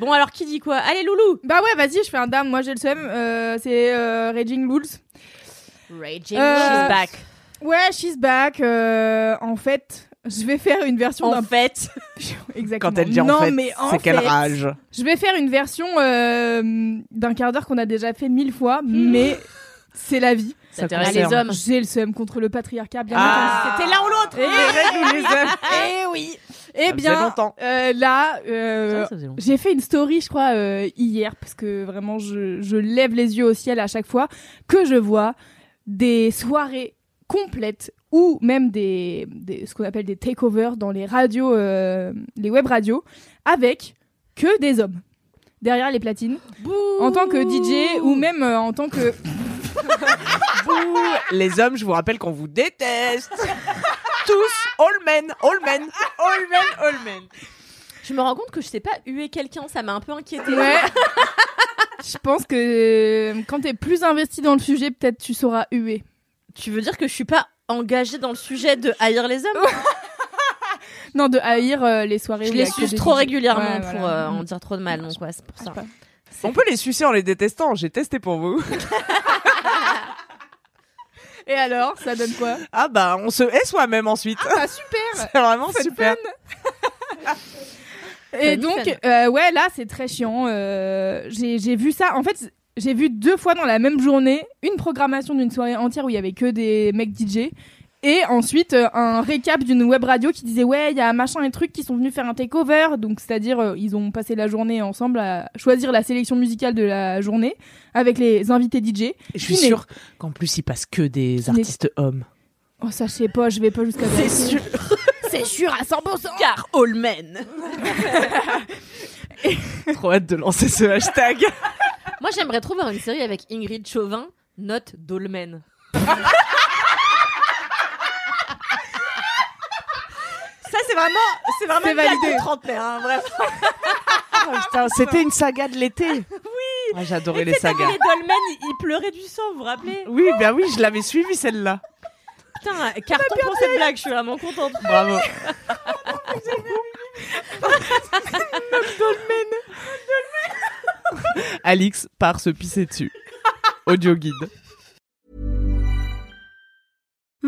Bon, alors qui dit quoi Allez, Loulou Bah ouais, vas-y, je fais un dame. Moi, j'ai le seum. Euh, c'est euh, Raging Lools. Raging, Euh, she's back. Ouais, she's back. Euh, en fait, je vais faire une version En d'un. fait, Exactement. Quand elle dit non, en fait, mais en c'est qu'elle fait, rage. Je vais faire une version euh, d'un quart d'heure qu'on a déjà fait mille fois, mais c'est la vie. ça concerne. t'intéresse les hommes. J'ai le seum contre le patriarcat, bien entendu. Ah. C'était l'un ou l'autre. Les règles ou les hommes Eh oui Eh faisait bien, longtemps. euh, là, euh, Ça, ça faisait longtemps. j'ai fait une story, je crois, euh, hier, parce que vraiment, je, je lève les yeux au ciel à chaque fois que je vois des soirées complètes ou même des, des- ce qu'on appelle des takeovers dans les radios, euh, les web radios, avec que des hommes derrière les platines, en tant que DJ ou même euh, en tant que Bouh. Les hommes, je vous rappelle qu'on vous déteste. Tous, all men, all men, all men, all men. Je me rends compte que je sais pas huer quelqu'un, ça m'a un peu inquiété. Ouais. Je pense que euh, quand t'es plus investi dans le sujet, peut-être tu sauras huer. Tu veux dire que je suis pas engagée dans le sujet de haïr les hommes Non, de haïr euh, les soirées. Je où il y a les que suce des trop DJ. régulièrement Ouais, pour voilà. euh, en dire trop de mal, donc ouais, c'est pour Je sais ça. pas. On peut les sucer en les détestant, j'ai testé pour vous. Et alors, ça donne quoi Ah bah, on se hait soi-même ensuite. Ah bah super C'est vraiment fun, super. Et Funny donc, fun. euh, ouais, là, c'est très chiant. euh, j'ai j'ai vu ça. En fait, j'ai vu deux fois dans la même journée une programmation d'une soirée entière où il y avait que des mecs DJ. Et ensuite, euh, un récap d'une web radio qui disait Ouais, il y a machin et truc qui sont venus faire un takeover. Donc, c'est-à-dire, euh, ils ont passé la journée ensemble à choisir la sélection musicale de la journée avec les invités DJ. Et Je suis Ciné. sûre qu'en plus, il passe que des Ciné. artistes hommes. Oh, ça, je sais pas, je vais pas jusqu'à C'est sûr. c'est sûr à 100%. Car all men. Trop hâte de lancer ce hashtag. Moi, j'aimerais trop voir une série avec Ingrid Chauvin, note d'Olmen. Ça, c'est vraiment, c'est vraiment C'est une blague validé. de trentenaire, hein. Ah, c'était une saga de l'été. Oui. Ah, J'adorais les sagas. Les dolmens, ils pleuraient du sang, vous vous rappelez Oui, bah oui, je l'avais suivi celle-là. Putain, carton pour cette blague, je suis vraiment contente. Bravo. Alix part se pisser dessus. Audio guide.